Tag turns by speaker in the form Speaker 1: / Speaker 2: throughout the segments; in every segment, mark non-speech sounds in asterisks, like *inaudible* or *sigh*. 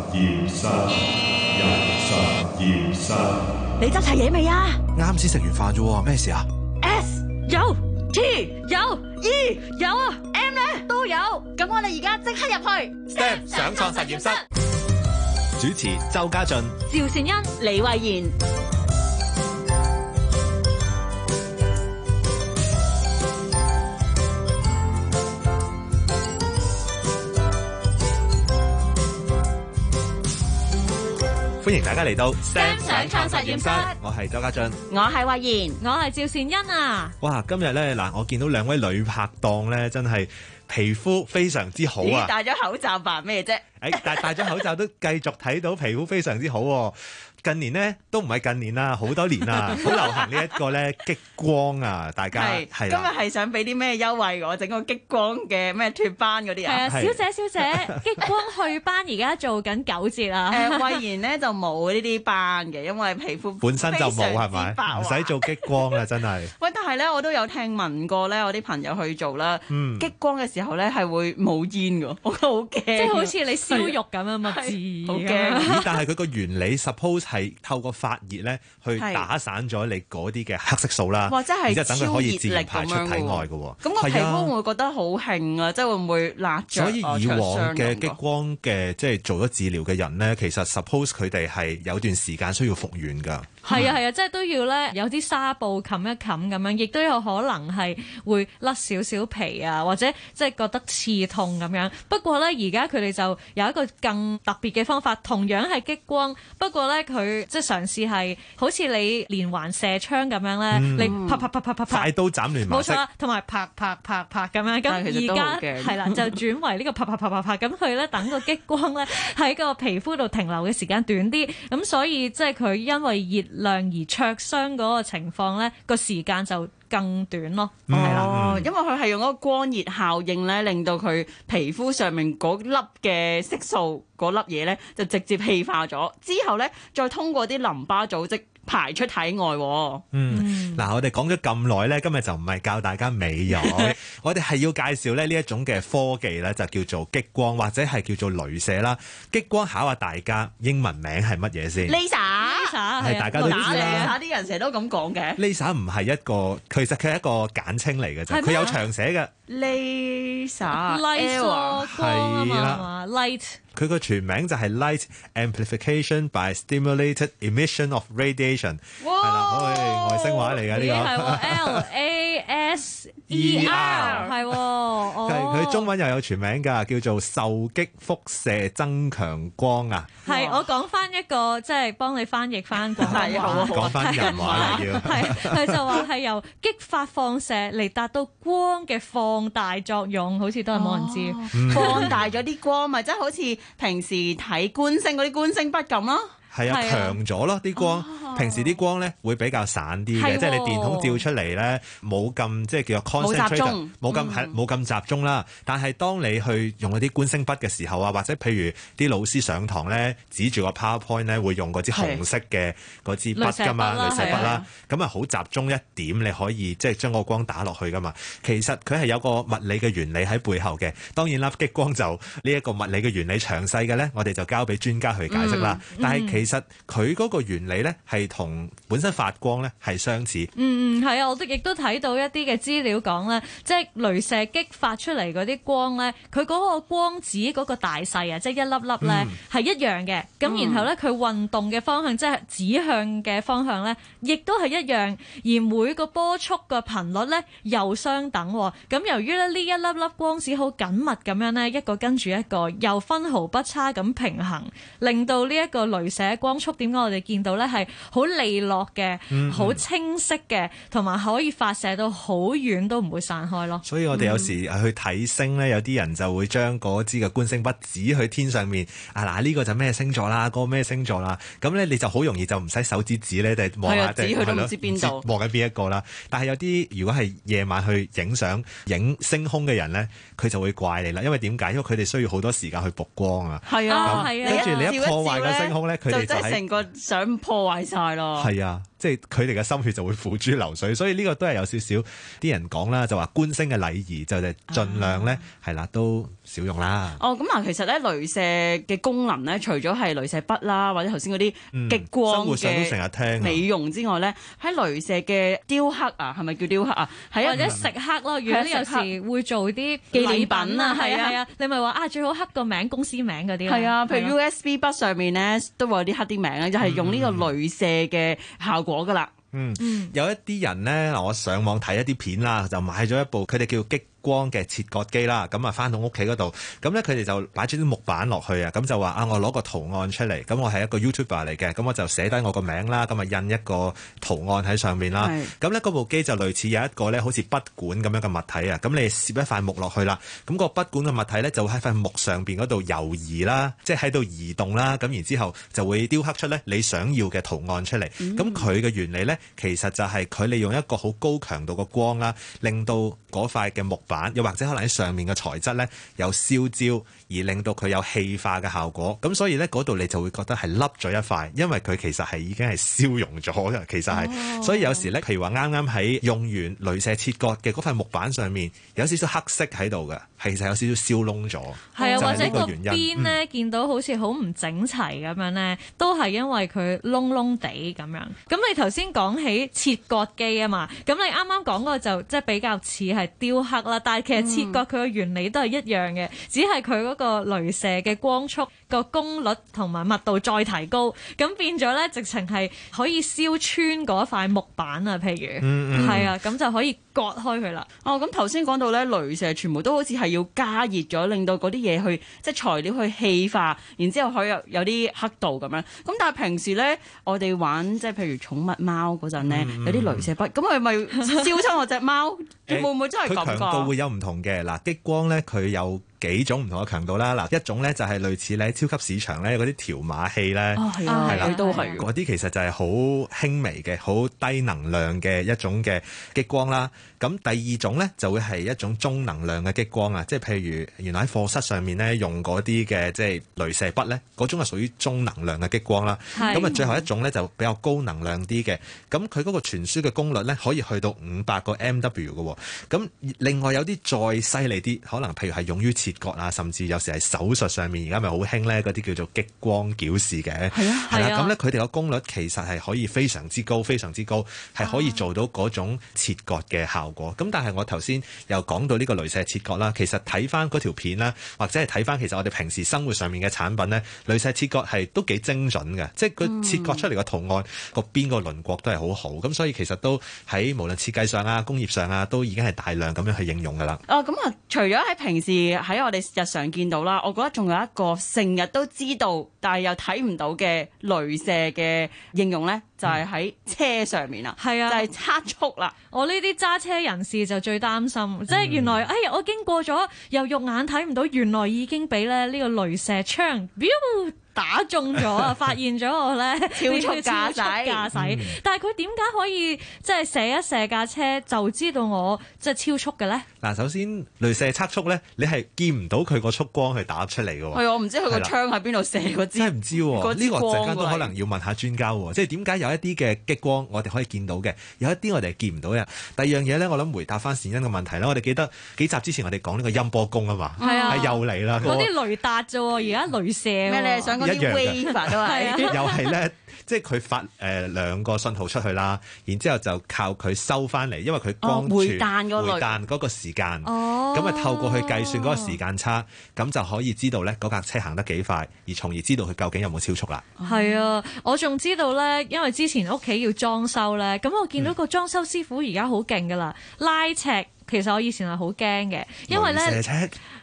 Speaker 1: 三一十二三
Speaker 2: 你執齊嘢未啊
Speaker 3: 啱先食完飯啫喎，咩事啊？
Speaker 2: ？S 有，T 有，E 有，M 咧都有。咁我哋而家即刻入去。
Speaker 4: STEM 上創實驗室主持周家俊。
Speaker 2: 趙善恩、李慧賢，
Speaker 4: 歡迎大家嚟到 STEM
Speaker 2: 上創實驗室
Speaker 4: 我係周家俊。
Speaker 2: 我係慧賢，我係趙善恩啊！
Speaker 4: 哇，今日咧嗱，我見到兩位女拍檔咧，真係皮膚非常之好
Speaker 2: 咦，
Speaker 4: 啊！
Speaker 2: 戴咗口罩扮咩啫？
Speaker 4: 誒，但戴咗口罩都繼續睇到皮膚非常之好喎、近年呢，都唔係近年啦，好多年啦，
Speaker 2: *laughs*
Speaker 4: 好流行呢一個咧激光啊，大家
Speaker 2: 係今
Speaker 4: 係
Speaker 2: 日
Speaker 4: 啦，
Speaker 2: 係想俾啲咩優惠我？整個激光嘅咩脱班嗰啲
Speaker 5: 係啊，
Speaker 2: 啊？
Speaker 5: 小
Speaker 4: 係
Speaker 5: 姐小 *laughs* 姐，激光去班而家做緊九折啊！
Speaker 2: 誒，慧賢咧就冇呢啲班嘅，因為皮膚
Speaker 4: 本身就冇
Speaker 2: 非常
Speaker 4: 係
Speaker 2: 之啊
Speaker 4: 咪？
Speaker 2: 白
Speaker 4: 唔
Speaker 2: 滑
Speaker 4: 使做激光啦，真係，
Speaker 2: 喂，但係咧，我都有聽聞過咧，我啲朋友去做啦，
Speaker 4: 嗯，
Speaker 2: 激光嘅時候咧係會冇煙㗎， *laughs* 我覺得好驚。
Speaker 5: 即
Speaker 2: 即
Speaker 5: 係好似你燒肉咁啊，物
Speaker 2: 係
Speaker 5: 字
Speaker 2: 好驚 *laughs*
Speaker 4: 咦但係佢個原理 suppose 係透過發熱咧去
Speaker 2: 係
Speaker 4: 打散咗你嗰啲嘅黑色素啦，
Speaker 2: 哇真係
Speaker 4: 然之後等佢可以自然
Speaker 2: 超
Speaker 4: 排
Speaker 2: 熱力
Speaker 4: 出
Speaker 2: 咁樣
Speaker 4: 體
Speaker 2: 嘅
Speaker 4: 外
Speaker 2: 喎
Speaker 4: 嘅喎，
Speaker 2: 咁個皮
Speaker 4: 係啊
Speaker 2: 膚會唔會覺得好興啊？即係會唔會辣著
Speaker 4: 所
Speaker 2: 啊？
Speaker 4: 以以往
Speaker 2: 灼
Speaker 4: 嘅
Speaker 2: 傷
Speaker 4: 激
Speaker 2: 咁
Speaker 4: 光嘅即係做咗治療嘅人咧，其實 suppose 佢哋係有段時間需要復
Speaker 2: *laughs*
Speaker 4: 原㗎。
Speaker 5: 係啊係啊，即係都要咧有啲紗布冚一冚咁樣，亦都有可能係會甩少少皮啊，或者即係覺得刺痛咁樣。不過咧，而家佢哋就有一個更特別嘅方法，同樣係激光，不過咧佢即係嘗試係好似你連環射槍咁樣咧，
Speaker 4: 嗯
Speaker 5: 你啪啪啪啪啪啪
Speaker 4: 快。刀斬亂麻
Speaker 5: 冇
Speaker 4: 式
Speaker 5: 錯，啦，同埋拍拍拍拍咁樣，
Speaker 2: 但係其實
Speaker 5: 咁
Speaker 2: 都
Speaker 5: 而
Speaker 2: 好
Speaker 5: 家
Speaker 2: 驚
Speaker 5: 係啦，
Speaker 2: *laughs*
Speaker 5: 就轉為呢個拍拍拍拍拍，咁佢咧等個激光咧喺個皮膚度停留嘅時間短啲，咁所以即係佢因為熱量而灼傷嗰個情況咧，個時間就更短咯，係啦。
Speaker 4: 嗯
Speaker 2: 哦，因為佢係用嗰個光熱效應咧，令到佢皮膚上面嗰粒嘅色素嗰粒嘢咧，就直接氣化咗，之後咧再通過啲淋巴組織排出體外喎。
Speaker 4: 嗯，嗱，我哋講咗咁耐咧，今日就唔係教大家美
Speaker 2: *laughs*
Speaker 4: 容，我哋係要介紹咧呢一種嘅科技咧，就叫做激光或者係叫做雷射啦。激光考下大家英文名係乜嘢先
Speaker 2: Lisa，
Speaker 5: Lisa，
Speaker 4: 係
Speaker 5: 啊
Speaker 4: 大家都知
Speaker 2: 打
Speaker 4: 啦
Speaker 2: 你打啲人成日都咁講嘅
Speaker 4: ？Laser 唔係一個，其實佢係一個簡稱嚟嘅啫，
Speaker 5: 係
Speaker 4: 佢
Speaker 5: 咩
Speaker 4: 有長寫嘅，
Speaker 2: 啊
Speaker 5: light
Speaker 2: ，Lisa，L，
Speaker 5: 咯光啊
Speaker 4: 係
Speaker 5: 嘛
Speaker 4: 啦
Speaker 5: 係嘛，light
Speaker 4: 佢個全名就係 Light Amplification by Stimulated Emission of Radiation，係啦，可以外星話嚟嘅
Speaker 5: 咦係喎
Speaker 4: 呢
Speaker 5: ，L A S E R 係喎，
Speaker 4: 個，
Speaker 5: 哦
Speaker 4: 係佢中文又有全名㗎，叫做受激輻射增強光啊。
Speaker 5: 係，
Speaker 2: 哇
Speaker 5: 我講翻一個即係幫你翻譯翻廣
Speaker 2: 係
Speaker 5: 東
Speaker 2: 好啊
Speaker 5: 話
Speaker 2: 好。
Speaker 4: 講翻人
Speaker 2: *laughs*
Speaker 4: 話啦要。
Speaker 5: 係，佢就話係由激發放射嚟達到光嘅放大作用，好似都係冇人知。
Speaker 2: 哦
Speaker 4: 嗯
Speaker 2: 放大咗啲光，啊咪即係好似平時睇觀星嗰啲觀星筆咁咯。
Speaker 4: 係啊，
Speaker 5: 係啊
Speaker 4: 強咗咯啲光。平時啲光咧會比較散啲嘅，
Speaker 5: 係喎
Speaker 4: 即係你電筒照出嚟咧冇咁即係叫做
Speaker 2: 冇集
Speaker 4: concentrate，
Speaker 2: 中
Speaker 4: 冇咁係冇咁集中啦。但係當你去用嗰啲觀星筆嘅時候啊，或者譬如啲老師上堂咧指住個 PowerPoint 咧會用嗰支紅色嘅嗰支筆㗎嘛，
Speaker 5: 雷
Speaker 4: 雷
Speaker 5: 射
Speaker 4: 射
Speaker 5: 筆啦
Speaker 4: 筆
Speaker 2: 係
Speaker 4: 啦
Speaker 2: 啊，
Speaker 4: 咁啊好集中一點你可以即係將個光打落去㗎嘛。其實佢係有個物理嘅原理喺背後嘅。當然啦，激光就呢一個物理嘅原理詳細嘅咧，我哋就交俾專家去解釋啦。但係其實佢嗰個原理咧係同本身發光咧係相似。
Speaker 5: 嗯，係啊，我都亦都睇到一啲嘅資料講咧，即係雷射激發出嚟嗰啲光咧，佢嗰個光子嗰個大細啊，即係一粒粒咧係一樣嘅。咁、然後咧，佢運動嘅方向即係指向嘅方向咧，亦都係一樣。而每個波速嘅頻率咧又相等喎。咁由於咧呢一粒粒光子好緊密咁樣咧，一個跟住一個，又分毫不差咁平衡，令到呢一個雷射光速點解我哋見到咧係好利落嘅，好清晰嘅，同埋可以發射到好遠都唔會散開咯。
Speaker 4: 所以
Speaker 2: 嗯
Speaker 4: 我哋有時呃去睇星咧，有啲人就會將嗰支嘅觀星筆指去天上面啊嗱，呢個就咩星座啦，嗰個咩星座啦，咁咧你就好容易就唔使手指指咧，就係望
Speaker 2: 係
Speaker 4: 下
Speaker 2: 啊指佢都唔知邊度
Speaker 4: 望緊邊一個啦。但係有啲如果係夜晚去影相影星空嘅人咧，佢就會怪你啦，因為點解？因為佢哋需要好多時間去曝光啊。
Speaker 2: 係
Speaker 5: 啊
Speaker 2: 啊，
Speaker 5: 係啊
Speaker 4: 跟住你一破壞個星空咧，佢哋
Speaker 2: 就
Speaker 4: 就
Speaker 2: 真係
Speaker 4: 喺
Speaker 2: 成個想破壞晒咯。
Speaker 4: 係啊，即係佢哋嘅心血就會付諸流水，所以呢個都係有少少啲人講啦，就話官星嘅禮儀就係盡
Speaker 2: 啊
Speaker 4: 量咧係啦，都少用啦。
Speaker 2: 哦，咁嗱，其實咧，雷射嘅功能咧，除咗係雷射筆啦，或者頭先嗰啲激光
Speaker 4: 嗯生活上都成
Speaker 2: 嘅
Speaker 4: 日聽啊
Speaker 2: 美容之外咧，喺雷射嘅雕刻啊，係咪叫雕刻啊？係
Speaker 5: 或
Speaker 2: 一
Speaker 5: 者食黑咯，如果你有時會做啲
Speaker 2: 紀念
Speaker 5: 禮
Speaker 2: 品啊
Speaker 5: 係
Speaker 2: 係啊
Speaker 5: 啊係啊，你咪話啊最好刻個名、公司名嗰啲咧
Speaker 2: 係啊，譬
Speaker 5: 係
Speaker 2: 如
Speaker 5: 咯
Speaker 2: USB 筆上面咧都會有啲黑啲名咧，就係用呢個雷射嘅效果噶啦。
Speaker 5: 嗯
Speaker 4: 有一啲人呢，嗱我上網睇一啲片啦，就買咗一部佢哋叫激光嘅切割機啦，咁啊翻到屋企嗰度，咁呢，佢哋就擺咗啲木板落去啊，咁就話啊我攞個圖案出嚟，咁我係一個 YouTuber 嚟嘅，咁我就寫低我個名啦，咁啊印一個圖案喺上面啦
Speaker 2: 係，
Speaker 4: 咁呢，嗰部機就類似有一個呢，好似筆管咁樣嘅物體啊，咁你攝一塊木落去啦，咁、個筆管嘅物體呢，就會喺塊木上邊嗰度游移啦，即係喺度移動啦，咁然之後就會雕刻出呢你想要嘅圖案出嚟。咁佢嘅原理呢，其實就係佢利用一個好高強度嘅光啦，令到嗰塊嘅木板，又或者可能喺上面嘅材質呢，有燒焦，而令到佢有氣化嘅效果。咁所以呢，嗰度你就會覺得係凹咗一塊，因為佢其實係已經係消融咗嘅，其實係。
Speaker 2: 哦
Speaker 4: 所以有時呢，譬如話啱啱喺用完雷射切割嘅嗰塊木板上面有少少黑色喺度嘅，其實有少少燒窿咗。
Speaker 5: 係啊，
Speaker 4: 就係
Speaker 5: 或者
Speaker 4: 呢個
Speaker 5: 個
Speaker 4: 原因嗯
Speaker 5: 邊咧見到好似好唔整齊咁樣咧，都係因為佢窿窿地咁樣。咁你頭先講起切割機啊嘛，咁你啱啱講嗰個就即係比較似係雕刻啦，但係其實切割佢嘅原理都係一樣嘅，只係佢嗰個雷射嘅光速個功率同埋密度再提高，咁變咗咧直情係可以燒穿嗰塊木板啊，譬如
Speaker 4: 嗯嗯
Speaker 5: 係啊，咁就可以割開佢啦。
Speaker 2: 哦，咁頭先講到咧，雷射全部都好似係要加熱咗，令到嗰啲嘢去即係材料去氣化，然之後佢有有啲黑度咁樣。咁但係平時咧，我哋玩即係譬如寵物貓嗰陣咧，有啲雷射筆，咁佢咪燒親我只貓，會唔會真係
Speaker 4: 佢
Speaker 2: 咁
Speaker 4: 強度
Speaker 2: 㗎？
Speaker 4: 會有唔同嘅。嗱，激光咧佢有幾種唔同嘅強度啦。嗱，一種咧就係類似咧超級市場咧嗰啲條碼器咧。
Speaker 2: 哦，係啊，
Speaker 5: 係啦
Speaker 2: 佢都係喎。
Speaker 4: 嗰啲其實就係好輕微嘅、好低能量嘅一種嘅激光啦。咁第二種呢，就會係一種中能量嘅激光啊，即係譬如原來喺課室上面呢，用嗰啲嘅即係雷射筆呢，嗰種係屬於中能量嘅激光啦。
Speaker 5: 係
Speaker 4: 咁啊，最後一種呢，就比較高能量啲嘅。咁佢嗰個傳輸嘅功率呢，可以去到五百個 MW 嘅喎。咁另外有啲再犀利啲，可能譬如係用於切割啊，甚至有時係手術上面，而家咪好興呢嗰啲叫做激光矯視嘅。
Speaker 2: 係啊
Speaker 4: 係
Speaker 5: 係
Speaker 4: 啦，
Speaker 5: 啊
Speaker 4: 咁咧佢哋個功率其實係可以非常之高，非常之高，
Speaker 2: 啊
Speaker 4: 係可以做到嗰種切割嘅效果。咁但係我頭先又講到呢個雷射切割啦，其實睇翻嗰條片啦，或者係睇翻其實我哋平時生活上面嘅產品咧，雷射切割係都幾精準嘅，即係
Speaker 2: 嗯
Speaker 4: 佢切割出嚟個圖案個邊個輪廓都係好好。咁所以其實都喺無論設計上啊、工業上啊，都已經係大量咁樣去應用㗎啦。
Speaker 2: 哦，咁啊，除咗喺平時喺我哋日常見到啦，我覺得仲有一個成日都知道，但係又睇唔到嘅雷射嘅應用咧，就係喺車上面啦，
Speaker 4: 嗯
Speaker 5: 係啊
Speaker 2: 就係測速啦。
Speaker 5: 我呢啲揸車人士就最擔
Speaker 2: 嗯
Speaker 5: 心，即係原來，哎呀，我經過咗，又肉眼睇唔到，原來已經俾咧呢個雷射槍，彪打中
Speaker 2: *laughs*
Speaker 5: 咗啊！發現咗我咧
Speaker 2: 超速駕駛嗯
Speaker 5: 超速駕駛。但係佢點解可以即係射一射架車就知道我即係超速嘅咧？
Speaker 4: 嗱，首先雷射測速咧，你係見唔到佢個束光去打出嚟嘅喎。
Speaker 2: 係啊，我唔知佢個
Speaker 4: 係啦
Speaker 2: 槍喺邊度射嗰支。
Speaker 4: 真係唔知
Speaker 2: 嗰
Speaker 4: 喎，
Speaker 2: 支
Speaker 4: 呢個陣間都
Speaker 2: 光
Speaker 4: 可
Speaker 2: 喎
Speaker 4: 能要問下專家喎，即係點解有一啲嘅激光我哋可以見到嘅，有一啲我哋係見唔到嘅。第二樣嘢咧，我諗回答翻善欣嘅問題啦。我哋記得幾集之前我哋講呢個音波功啊嘛，
Speaker 5: 係啊
Speaker 4: 係又嚟啦，
Speaker 5: 嗰
Speaker 4: 嗰個
Speaker 2: *laughs*
Speaker 5: 啲雷達啫喎，而家雷射喎
Speaker 2: 咩？你係想講
Speaker 4: 一
Speaker 2: 啲
Speaker 4: 樣
Speaker 2: wafer 都
Speaker 5: 係啊
Speaker 2: 係？
Speaker 4: 又係咧，即係佢發誒兩個信號出去啦，然之後就靠佢收翻嚟，因為佢光
Speaker 2: 哦
Speaker 4: 柱
Speaker 2: 回彈嗰類
Speaker 4: 回彈嗰個時間。
Speaker 5: 哦，
Speaker 4: 咁啊，透過去計算嗰個時間差，咁就可以知道咧嗰架車行得幾快，而從而知道佢究竟有冇超速啦。
Speaker 5: 係啊，我仲知道咧，因為之前屋企要裝修咧，咁我見到個裝修師傅而家好勁噶啦，拉尺。其實我以前係好驚嘅，因為
Speaker 4: 雷射
Speaker 5: 咧
Speaker 4: 車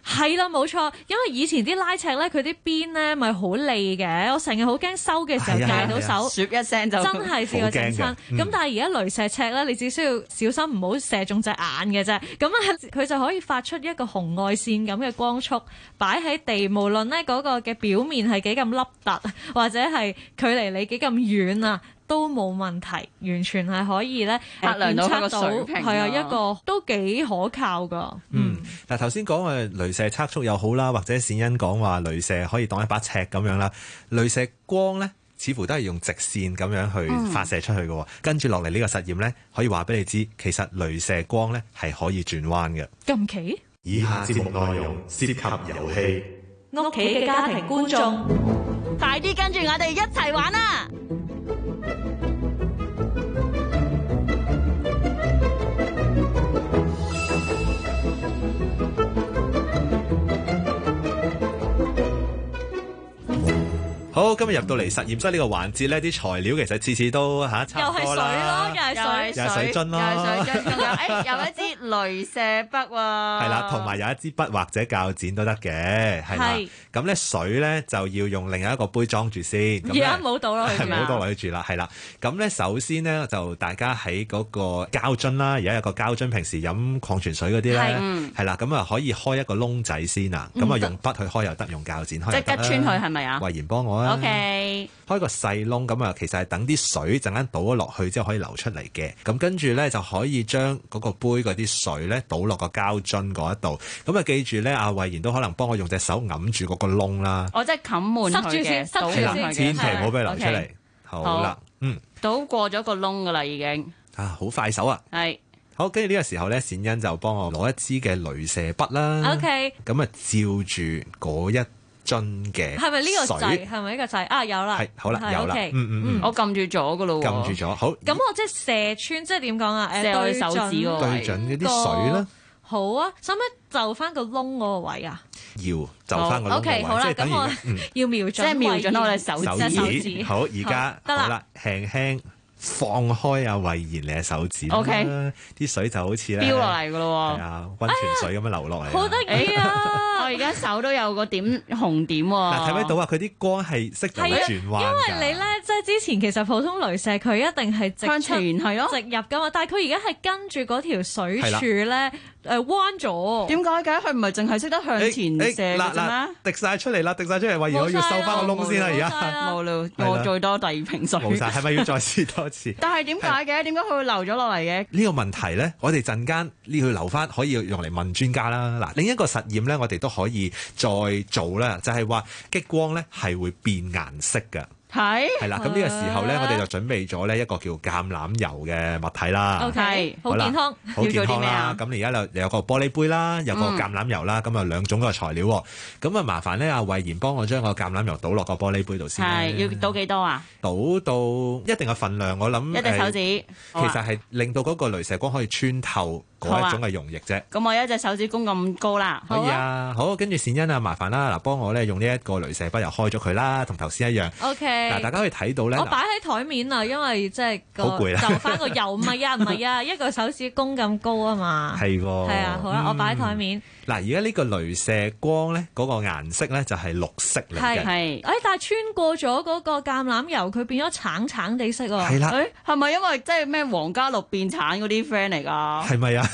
Speaker 5: 係啦冇錯，因為以前啲拉尺咧佢啲邊咧咪好利嘅，我成日好驚收嘅時候
Speaker 4: 係啊
Speaker 5: 戒到手。
Speaker 2: 啜一聲就
Speaker 5: 真係試過整親，
Speaker 4: 好驚
Speaker 5: 咁、
Speaker 4: 嘅嗯
Speaker 5: 但係而家雷射尺咧，你只需要小心唔好射中隻眼嘅啫，咁啊 *laughs* 佢就可以發出一個紅外線咁嘅光束，擺喺地，無論咧嗰個嘅表面係幾咁凹凸，或者係距離你幾咁遠啊。都冇問題，完全係可以咧
Speaker 2: 測量到佢個
Speaker 5: 檢測到
Speaker 2: 水平啊
Speaker 5: 係啊一個都幾可靠噶。
Speaker 4: 嗯，嗱頭先講誒雷射測速又好啦，或者善恩講話雷射可以當一把尺咁樣啦，雷射光咧。似乎都係用直線咁樣去發射出去嘅喎。跟住落嚟呢個實驗呢，可以話俾你知，其實雷射光呢係可以轉彎嘅。
Speaker 5: 咁奇？
Speaker 1: 以下節目內容涉及遊戲，
Speaker 5: 屋企嘅家庭觀眾，
Speaker 2: 快啲跟住我哋一齊玩啊啦！
Speaker 4: 好，今日入到嚟實驗室呢個環節呢，啲材料其實次次都嚇
Speaker 5: 又
Speaker 4: 差唔
Speaker 5: 係水
Speaker 4: 多
Speaker 5: 咯，
Speaker 4: 啦
Speaker 5: 又。係水。
Speaker 4: 又係水樽啦
Speaker 2: 又係水樽，仲
Speaker 4: *laughs*
Speaker 2: 有誒有一支雷射筆喎。係
Speaker 4: 係啦，同埋有一支筆或者鉸剪都得嘅，係啦
Speaker 5: 係。
Speaker 4: 咁咧水咧就要用另一個杯裝住先。咁
Speaker 5: 而
Speaker 4: 咧
Speaker 5: 家冇到啦，佢
Speaker 4: 係唔
Speaker 5: 哋
Speaker 4: 好倒落去住啦，係啦。咁咧，首先咧就大家喺嗰個膠樽啦，而家有個膠樽，平時飲礦泉水嗰啲
Speaker 5: 係
Speaker 4: 咧，
Speaker 2: 嗯
Speaker 4: 係啦，咁啊可以開一個窿仔先啊，咁啊用筆去開又得，用鉸剪開
Speaker 2: 即
Speaker 4: 又
Speaker 2: 係
Speaker 4: 得
Speaker 2: 吉穿佢
Speaker 4: 啦。
Speaker 2: 係咪啊
Speaker 4: 慧賢幫我啊
Speaker 2: ？OK，
Speaker 4: 開個細窿咁啊，其實係等啲水陣間倒咗落去之後可以流出嚟嘅。咁跟住呢，就可以將嗰個杯嗰啲水呢倒落個膠樽嗰一度。咁啊記住呢，阿慧賢都可能幫我用隻手揞住嗰個窿啦，
Speaker 2: 我真係冚滿
Speaker 5: 塞住
Speaker 2: 佢嘅
Speaker 5: 先，塞住
Speaker 2: 倒
Speaker 5: 先
Speaker 2: 落去嘅
Speaker 4: 千祈唔好俾佢流出嚟
Speaker 2: 啊 OK，。
Speaker 4: 好啦，嗯
Speaker 2: 倒過咗個窿噶啦，已經
Speaker 4: 啊，好快手啊！
Speaker 2: 係
Speaker 4: 好，跟住呢個時候呢，善欣就幫我攞一支嘅雷射筆啦。
Speaker 5: OK，
Speaker 4: 咁啊，照住嗰一樽嘅
Speaker 5: 係咪呢個
Speaker 4: 水
Speaker 5: 掣？係咪呢個掣？啊，有啦，
Speaker 4: 係好啦，
Speaker 5: 係
Speaker 4: 有啦
Speaker 5: OK，
Speaker 4: 嗯嗯嗯，
Speaker 2: 我撳住咗噶咯喎，
Speaker 4: 撳住咗，好。
Speaker 5: 咁我即係射穿，即係點講啊？誒，
Speaker 2: 射我手指
Speaker 5: 對準
Speaker 2: 喎
Speaker 4: 對準嗰啲水啦，
Speaker 5: 好啊，使唔使就翻個窿嗰個位啊？
Speaker 4: 搖就翻個
Speaker 5: 好
Speaker 4: 窿個位，
Speaker 5: ，OK，好啦
Speaker 4: 即係等
Speaker 5: 咁我
Speaker 4: 於嗯
Speaker 5: *laughs* 要瞄準位置，
Speaker 2: 即係瞄準我哋手
Speaker 4: 手
Speaker 5: 即係手
Speaker 2: 指。
Speaker 4: 指。
Speaker 5: 指
Speaker 4: 好，而家
Speaker 5: 好得啦
Speaker 4: 好啦，輕輕放開阿慧賢你嘅手指啦
Speaker 2: OK
Speaker 4: 啲水就好似咧
Speaker 2: 飆落嚟噶咯
Speaker 4: 係啊，温泉水咁樣流落嚟啊。
Speaker 5: 好得意
Speaker 2: 喎，我
Speaker 5: 啊！
Speaker 2: 而家手都有個點紅點喎。
Speaker 4: 嗱，睇唔睇到啊？佢啲光係識到
Speaker 5: 係啊
Speaker 4: 轉彎
Speaker 5: 因為你咧，即係之前其實普通雷射佢一定係直
Speaker 2: 向
Speaker 5: 出
Speaker 2: 前係咯？
Speaker 5: 直入噶嘛，但係佢而家係跟住嗰條水
Speaker 4: 係啦
Speaker 5: 柱咧，誒彎咗。
Speaker 2: 點解嘅？佢唔係淨係識得向前
Speaker 4: 誒
Speaker 2: 射嘅
Speaker 4: 誒嗱
Speaker 2: 啫咩
Speaker 4: 嗱？，滴晒出嚟啦，滴晒出嚟，慧賢我要收翻個窿先啦，而
Speaker 5: 冇
Speaker 4: 家
Speaker 5: 晒啦
Speaker 2: 冇啦，
Speaker 4: 係啦
Speaker 2: 我最多第二瓶水。
Speaker 4: 冇晒，係咪要再試
Speaker 2: *laughs*
Speaker 4: 多次？
Speaker 2: 但係點解嘅？點解佢會流咗落嚟嘅？
Speaker 4: 呢個問題呢，我哋陣間呢要留翻，可以用嚟問專家啦。嗱，另一個實驗呢，我哋都可以再做啦，就係話激光呢係會變顏色嘅，
Speaker 2: 係
Speaker 4: 係啦。咁呢個時候呢，
Speaker 5: 啊
Speaker 4: 我哋就準備咗呢一個叫橄欖油嘅物體啦
Speaker 5: O。K，好健康。
Speaker 4: 好健康啦
Speaker 2: 要，
Speaker 4: 咁你而家有有個玻璃杯啦，有個橄欖油啦，
Speaker 2: 嗯
Speaker 4: 咁啊兩種嘅材料喎，咁啊麻煩呢，阿慧賢幫我將個橄欖油倒落個玻璃杯度先啦，
Speaker 2: 係要倒幾多啊？
Speaker 4: 倒到一定嘅份量，我諗
Speaker 2: 一隻手
Speaker 4: 誒
Speaker 2: 指。
Speaker 4: 其
Speaker 2: 好啊
Speaker 4: 實係令到嗰個雷射光可以穿透嗰一種嘅溶液啫。
Speaker 2: 咁我一隻手指公咁高啦。
Speaker 5: 好啊
Speaker 4: 可以啊，好，跟住善欣啊，麻煩啦，嗱，幫我咧用呢一個雷射筆又開咗佢啦，同頭先一樣。
Speaker 5: O
Speaker 4: 嗱，大家
Speaker 5: K，
Speaker 4: 可以睇到咧，
Speaker 5: 我
Speaker 4: 嗱
Speaker 5: 擺喺台面啊，因為即係個
Speaker 4: 好攰啦
Speaker 5: 就翻個油，唔係啊，唔
Speaker 4: *laughs*
Speaker 5: 係啊，一個手指公咁高啊嘛。
Speaker 4: 係喎，
Speaker 5: 係啊，好啦，我擺喺台
Speaker 4: 嗯。
Speaker 5: 面。
Speaker 4: 嗱，而家呢個雷射光咧，嗰個顏色咧就係綠色嚟
Speaker 5: 係
Speaker 2: 係。
Speaker 4: 嘅。
Speaker 5: 誒，哎但係穿過咗嗰個橄欖油，佢變咗橙橙地色喎。哎
Speaker 4: 係啦，
Speaker 2: 誒係咪因為即係咩黃加綠變橙嗰啲 friend 嚟㗎？
Speaker 4: *laughs* 係咪啊？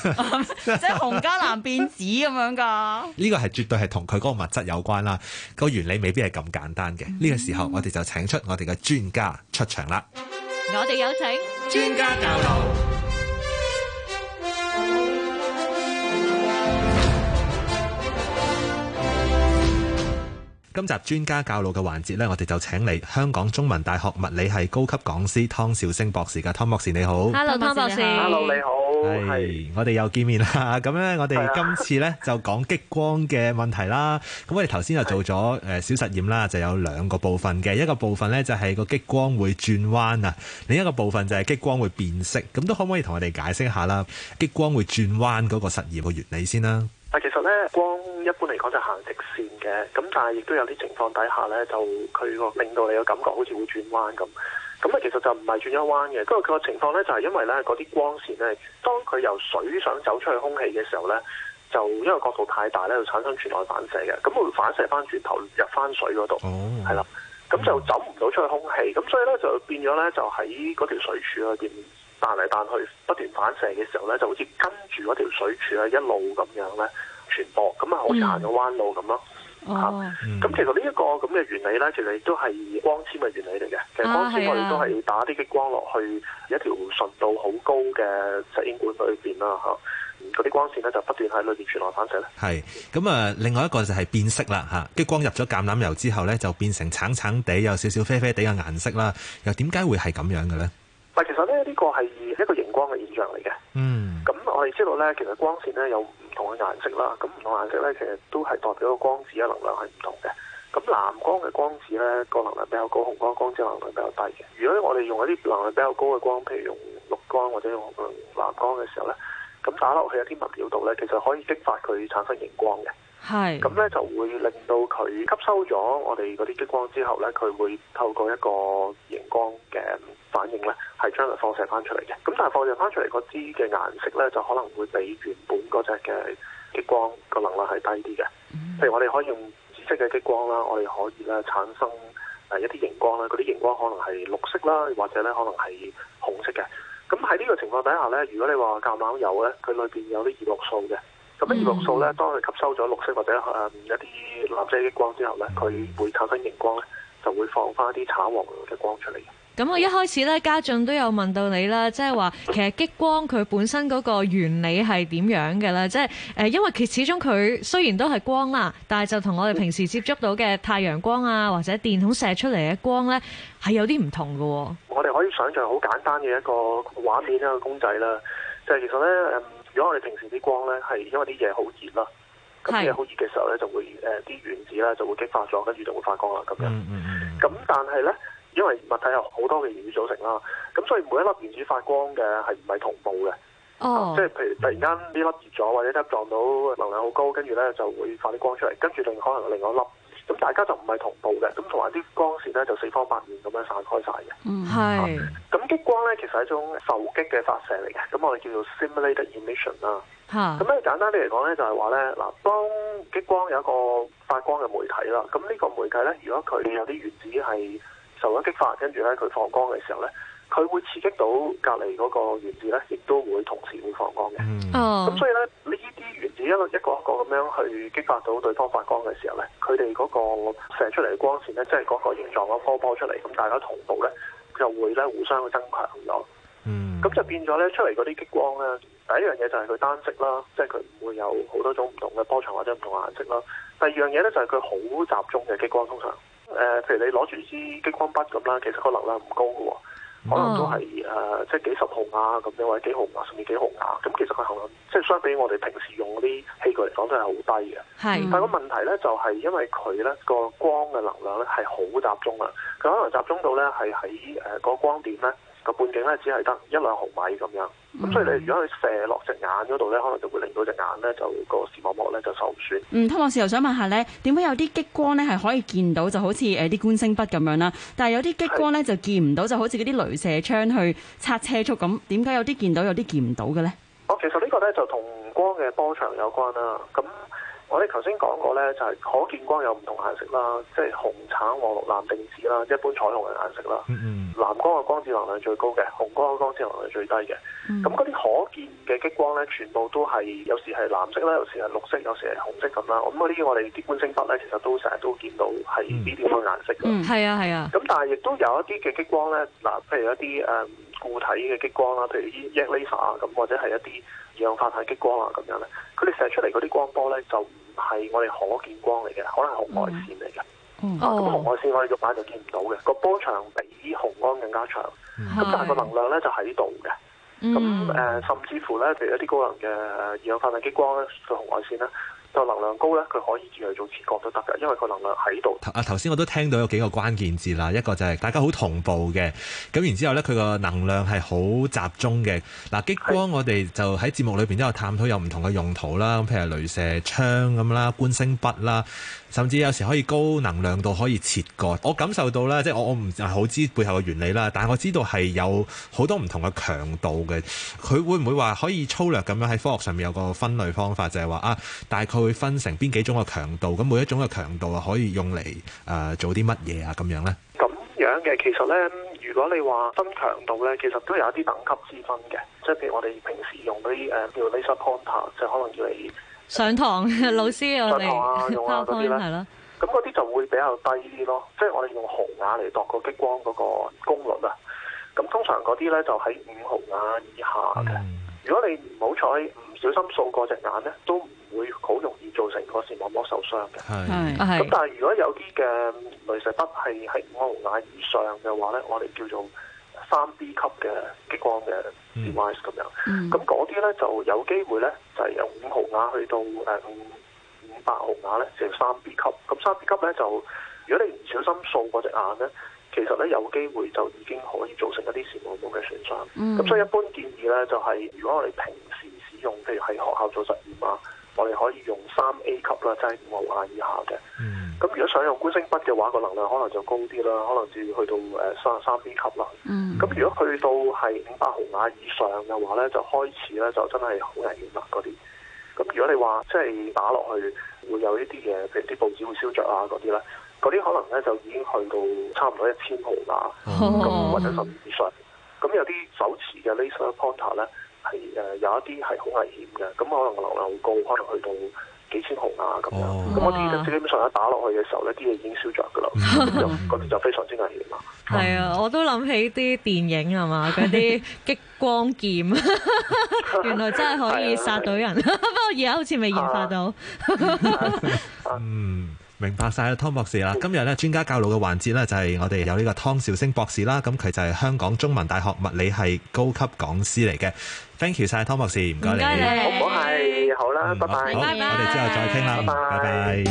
Speaker 2: 即係紅加藍變紫咁樣㗎？
Speaker 4: 呢個係絕對係同佢嗰個物質有關啦，個原理未必係咁簡單嘅。呢個時候，我哋就請出我哋嘅專家出場啦。
Speaker 5: 我哋有請。
Speaker 2: 專家教路。
Speaker 4: 今集專家教路嘅環節呢，我哋就請嚟香港中文大學物理系高級講師湯兆昇博士嘅湯博士，你好。
Speaker 2: 湯
Speaker 5: Hello，湯
Speaker 2: 博
Speaker 5: 博
Speaker 2: 士
Speaker 5: 士。
Speaker 6: Hello，你
Speaker 5: 嗯
Speaker 6: 好，係
Speaker 4: 係，我哋又見面啦。 *laughs* 咁咧，我
Speaker 6: 啊
Speaker 4: 哋今次咧就講激光嘅問題啦。咁我哋頭先就做咗誒小實驗啦，就有兩個部分嘅，一個部分咧就係個激光會轉彎啊，另一個部分就係激光會變色。咁都可唔可以同我哋解釋下啦？激光會轉彎嗰個實驗嘅原理先啦。
Speaker 6: 但其實咧，光一般嚟講就行直線嘅，咁但係亦都有啲情況底下咧，就佢個令到你嘅感覺好似會轉彎咁。咁啊，其實就唔係轉咗彎嘅，不過佢個情況咧就係因為咧嗰啲光線咧，當佢由水想走出去空氣嘅時候咧，就因為角度太大咧，就產生轉內反射嘅，咁會反射翻轉頭入翻水嗰度。
Speaker 4: 哦
Speaker 6: 係啦，咁就走唔到出去空氣，咁所以咧就變咗咧就喺嗰條水柱裏邊彈嚟彈去，不斷反射嘅時候咧，就好似跟住嗰條水柱啊一路咁樣咧傳播，咁啊好似行咗彎路咁咯。
Speaker 5: 哦，
Speaker 4: 嗯
Speaker 6: 咁、其實呢一個咁嘅原理咧，其實亦都係光纖嘅原理嚟嘅。其實光纖我哋都係打啲激光落去一條順到好高嘅石英管裏邊啦，嚇。嗯嗰啲光線咧就不斷喺裏邊傳來反射咧。
Speaker 4: 係咁啊，另外一個就係變色啦嚇，激光入咗橄欖油之後呢，就變成橙橙地有少少啡啡地嘅顏色啦。又點解會係咁樣嘅呢？
Speaker 6: 但其實咧，呢個係一個熒光嘅現象嚟嘅。
Speaker 4: 嗯，
Speaker 6: 咁我哋知道咧，其實光線咧有唔同嘅顏色啦。咁唔同顏色咧，其實都係代表個光子嘅能量係唔同嘅。咁藍光嘅光子咧，個能量比較高，紅光光子能量比較低嘅。如果我哋用一啲能量比較高嘅光，譬如用綠光或者用紅藍光嘅時候咧，咁打落去一啲物料度咧，其實可以激發佢產生熒光嘅。
Speaker 5: 係
Speaker 6: 咁咧就會令到佢吸收咗我哋嗰啲激光之後咧，佢會透過一個熒光嘅反應咧，係將佢放射翻出嚟嘅。咁但係放射翻出嚟嗰支嘅顏色咧，就可能會比原本嗰隻嘅激光個能量係低啲嘅。譬如我哋可以用紫色嘅激光啦，我哋可以咧呃產生呃誒一啲熒光啦，嗰啲熒光可能係綠色啦，或者咧可能係紅色嘅。咁喺呢個情況底下咧，如果你話橄欖油咧，佢裏邊有啲葉綠素嘅。咁呢葉綠素咧，當佢吸收咗綠色或者誒、嗯一啲藍色激光之後咧，佢會產生熒光咧，就會放翻啲橙黃嘅光出嚟嘅。
Speaker 5: 咁我啊一開始咧，家俊都有問到你啦，即係話其實激光佢本身嗰個原理係點樣嘅咧？即係誒，因為其始終佢雖然都係光啦，但係就同我哋平時接觸到嘅太陽光啊，或者電筒射出嚟嘅光咧，係有啲唔同嘅喎。
Speaker 6: 我哋可以想象好簡單嘅一個畫面一個公仔啦，就係、其實咧誒，如果我哋平時啲光咧係因為啲嘢好熱啦，咁
Speaker 5: 係
Speaker 6: 嘢好熱嘅時候咧就會誒呃啲、原子咧就會激發咗，跟住就會發光啦咁樣。
Speaker 4: 嗯嗯嗯
Speaker 6: 咁但係咧，因為物體有好多嘅原子組成啦，咁所以每一粒原子發光嘅係唔係同步嘅。
Speaker 5: 哦
Speaker 6: 即，係譬如突然間呢粒熱咗，或者呢粒撞到能量好高，跟住咧就會發啲光出嚟，跟住另可能另外一粒，咁大家就唔係同步嘅，咁同埋啲光線咧就四方八面咁樣散開晒嘅。
Speaker 2: 嗯，
Speaker 5: 係
Speaker 6: 咁激光咧其實係一種受激嘅發射嚟嘅，咁我哋叫做 simulated emission 啦。
Speaker 5: 嚇
Speaker 6: 咁，咧簡單啲嚟講咧，就係話咧嗱，當激光有一個發光嘅媒體啦，咁呢個媒體咧，如果佢有啲原子係受咗激發，跟住咧佢放光嘅時候咧，佢會刺激到隔離嗰個原子咧，亦都會同時會放光嘅。
Speaker 4: 嗯嗯
Speaker 5: 哦
Speaker 6: 咁，所以咧，呢啲原子一個一個一個咁樣去激發到對方發光嘅時候咧，佢哋嗰個射出嚟嘅光線咧，即係嗰個形狀嗰波波出嚟，咁大家同步咧，就會咧互相去增強咗。
Speaker 4: 嗯
Speaker 6: 咁就變咗咧出嚟嗰啲激光咧，第一樣嘢就係佢單色啦，即係佢唔會有好多種唔同嘅波長或者唔同嘅顏色啦。第二樣嘢咧就係佢好集中嘅激光，通常誒、呃譬如你攞住支激光筆咁啦，其實個能量唔高嘅喎。可能都係誒、呃即係幾十毫瓦咁樣，或者幾毫瓦，甚至幾毫瓦。咁其實佢能量，即係相比我哋平時用嗰啲器具嚟講，真係好低嘅。
Speaker 5: 哦係
Speaker 6: 但係個問題咧，就係、因為佢咧個光嘅能量咧係好集中啊，佢可能集中到咧係喺誒個光點咧個半徑咧只係得一兩毫米咁樣，咁所以你如果佢射落隻眼嗰度咧，可能就會令到隻眼咧就個視網膜咧就受損。
Speaker 2: 嗯，湯博士又想問下咧，點解有啲激光咧係可以見到，就好似呃誒啲觀星筆咁樣啦，但係有啲激光咧就見唔到，就好似嗰啲雷射槍去測車速咁，點解有啲見到，有啲見唔到嘅咧？
Speaker 6: 哦，其實呢個咧就同光嘅波長有關啦。咁我哋頭先講過咧，就係、可見光有唔同顏色啦，即係紅、橙、黃、綠、藍、靛、紫啦，一般彩虹嘅顏色啦。
Speaker 4: 嗯
Speaker 6: 藍光嘅光子能量最高嘅，紅光嘅光子能量最低嘅。咁嗰啲可見嘅激光咧，全部都係有時係藍色啦，有時係綠色，有時係紅色咁啦。咁嗰啲我哋啲觀星筆咧，其實都成日都見到係呢啲咁嘅顏色嘅。
Speaker 2: 嗯
Speaker 5: 係啊係啊，
Speaker 6: 咁但係亦都有一啲嘅激光咧，嗱，譬如一啲誒、嗯固體嘅激光啦，譬如 e laser 啊，咁或者係一啲二氧化碳激光啊咁樣咧，佢哋射出嚟嗰啲光波咧就唔係我哋可見光嚟嘅，可能係紅外線嚟嘅。咁、紅
Speaker 5: 哦，
Speaker 6: 外線我哋肉眼就見唔到嘅，個波長比紅光更加長，咁但係個能量咧就喺度嘅。咁
Speaker 5: 嗯
Speaker 6: 誒、呃甚至乎咧，譬如一啲高能嘅呃二氧化碳激光咧，對紅外線咧，就能量高咧，佢可以叫佢做切割都得嘅，因為個能量喺度。
Speaker 4: 頭啊頭先我都聽到有幾個關鍵字啦，一個就係大家好同步嘅，咁然之後呢，佢個能量係好集中嘅。嗱，激光我哋就喺節目裏邊都有探討有唔同嘅用途啦，咁譬如雷射槍咁啦、觀星筆啦，甚至有時可以高能量度可以切割。我感受到啦，即係我我唔係好知背後嘅原理啦，但係我知道係有好多唔同嘅強度嘅。佢會唔會話可以粗略咁樣喺科學上面有個分類方法，就係話啊，大概會分成邊幾種嘅強度，咁每一種嘅強度啊可以用嚟誒、呃做啲乜嘢啊咁樣呢？
Speaker 6: 咁樣嘅，其實咧，如果你話分強度咧，其實都有一啲等級之分嘅，即係譬如我哋平時用嗰啲誒叫 laser pointer，就可能要嚟
Speaker 5: 上堂 *laughs* 老師我哋
Speaker 6: 嗯上堂
Speaker 5: *laughs*
Speaker 6: 啊用啊嗰
Speaker 5: PowerPoint
Speaker 6: 啲啦
Speaker 5: 係咯，
Speaker 6: 咁嗰啲就會比較低啲咯，即係我哋用毫瓦嚟度個激光嗰個功率啊。咁通常嗰啲咧就喺五毫瓦以下嘅。
Speaker 4: 嗯
Speaker 6: 如如果你唔好彩唔小心掃過隻眼咧，都唔會好容易造成個視網膜受傷嘅。
Speaker 4: 係
Speaker 2: 係
Speaker 6: 咁
Speaker 5: 係
Speaker 6: 但係如果有啲嘅雷射筆係喺我紅眼以上嘅話咧，我哋叫做三 B 級嘅激光嘅 device 咁樣。
Speaker 2: 嗯
Speaker 6: 咁嗰啲咧就有機會咧，就係由五毫瓦去到誒五五百毫瓦咧，就三 B 級。咁三 B 級咧就，如果你唔小心掃嗰隻眼咧，其實咧有機會就已經可以造成一啲視網膜嘅損傷。咁、
Speaker 2: 嗯
Speaker 6: 所以一般建議咧就係、如果我哋平時使用，譬如喺學校做實驗啊，我哋可以用三 A 級啦，即係五毫瓦以下嘅。
Speaker 4: 嗯
Speaker 6: 咁如果想用觀星筆嘅話，個能量可能就高啲啦，可能至去到誒三三 B 級啦。
Speaker 2: 嗯
Speaker 6: 咁如果去到係五百毫瓦以上嘅話咧，就開始咧就真係好危險啦嗰啲。咁如果你話即係打落去會有呢啲嘢，譬如啲報紙會燒着啊嗰啲咧，嗰啲可能咧就已經去到差唔多一千毫瓦咁、
Speaker 5: 哦
Speaker 6: 或者甚至以上。咁有啲手持嘅 laser pointer 咧係誒有一啲係好危險嘅，咁可能個能量好高，可能去到幾千毫瓦咁樣。
Speaker 4: 哦
Speaker 6: 咁嗰啲咧基本上一打落去嘅時候咧，啲嘢已經燒着㗎啦，
Speaker 4: *laughs*
Speaker 6: 咁就嗰啲就非常之危險啦。
Speaker 5: 係啊，
Speaker 6: 嗯
Speaker 5: 我都諗起啲電影係
Speaker 6: *laughs*
Speaker 5: 嘛，嗰啲激光劍， *laughs* 原來真係可
Speaker 6: 啊
Speaker 5: 以殺到人。不 *laughs* 過而家好似未研發到。
Speaker 4: 嗯，明白晒啦，湯博士啦。今日咧專家教路嘅環節咧，就係我哋有呢個湯兆星博士啦。咁佢就係香港中文大學物理系高級講師嚟嘅。Thank you 晒，湯博士，唔該
Speaker 5: 唔該
Speaker 4: 你。
Speaker 5: 你
Speaker 6: 好唔好係好啦，
Speaker 4: 嗯
Speaker 6: 拜
Speaker 4: 好
Speaker 6: 拜。
Speaker 4: 好
Speaker 5: 拜拜
Speaker 4: 我哋之後再傾啦，嗯
Speaker 6: 拜拜
Speaker 4: 拜拜。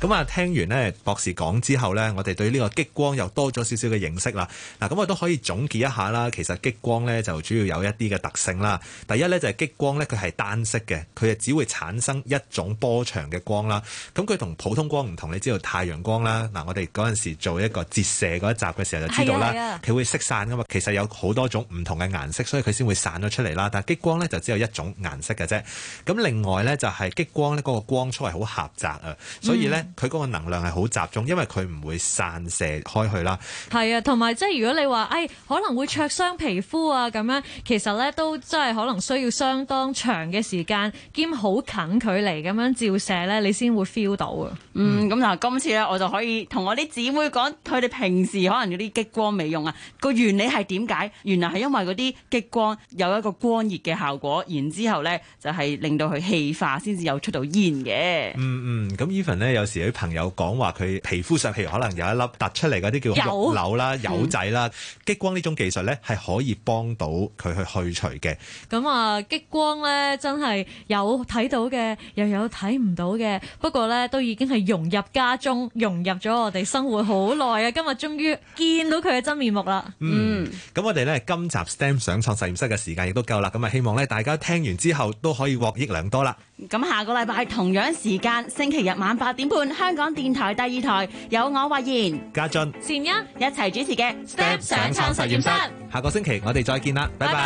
Speaker 4: 咁啊，聽完咧博士講之後咧，我哋對呢個激光又多咗少少嘅認識啦。嗱，咁我都可以總結一下啦。其實激光咧就主要有一啲嘅特性啦。第一咧就係激光咧，佢係單色嘅，佢係只會產生一種波長嘅光啦。咁佢同普通光唔同，你知道太陽光啦。嗱，我哋嗰陣時做一個折射嗰一集嘅時候就知道
Speaker 5: 係啊係啊
Speaker 4: 啦，佢會色散噶嘛。其實有好多種唔同嘅顏色，所以佢先會散咗出嚟啦。但係激光咧就只有一種顏色嘅啫。咁另外咧就係激光咧嗰個光速係好狹窄啊，所以咧佢嗰個能量係好集中，因為佢唔會散射開去啦。
Speaker 5: 係啊，同埋即係如果你話，誒、哎可能會灼傷皮膚啊咁樣，其實咧都真係可能需要相當長嘅時間，兼好近距離咁樣照射咧，你先會 feel 到啊。
Speaker 2: 嗯，咁嗱，今次咧我就可以同我啲姊妹講，佢哋平時可能嗰啲激光美容啊，個原理係點解？原來係因為嗰啲激光有一個光熱嘅效果，然之後咧就係、令到佢氣化，先至有出到煙嘅。
Speaker 4: 嗯嗯，咁 even 咧有時啲朋友講話佢皮膚上譬如可能有一粒突出嚟嗰啲叫
Speaker 5: 油
Speaker 4: 肉瘤啦、油仔啦，激光呢種技術咧係可以幫到佢去去除嘅。
Speaker 5: 咁啊，激光咧真係有睇到嘅，又有睇唔到嘅。不過咧，都已經係融入家中，融入咗我哋生活好耐啊！今日終於見到佢嘅真面目啦。
Speaker 2: 嗯，
Speaker 4: 咁我哋咧今集 STEM 上創實驗室嘅時間亦都夠啦，咁啊希望咧大家聽完之後都可以獲益良多啦。
Speaker 2: 咁下個禮拜同樣時間，星期日晚八點半，香港電台第二台有我慧賢
Speaker 4: 家俊
Speaker 5: 善欣，
Speaker 2: 一齊主持嘅
Speaker 5: Step 上創實驗室
Speaker 4: 下個星期我哋再見啦，拜拜。
Speaker 5: 拜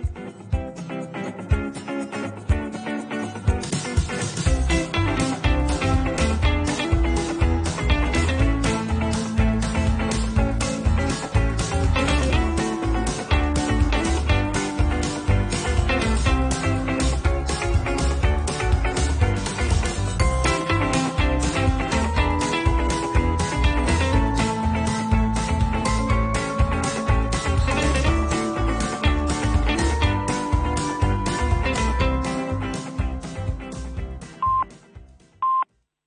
Speaker 5: 拜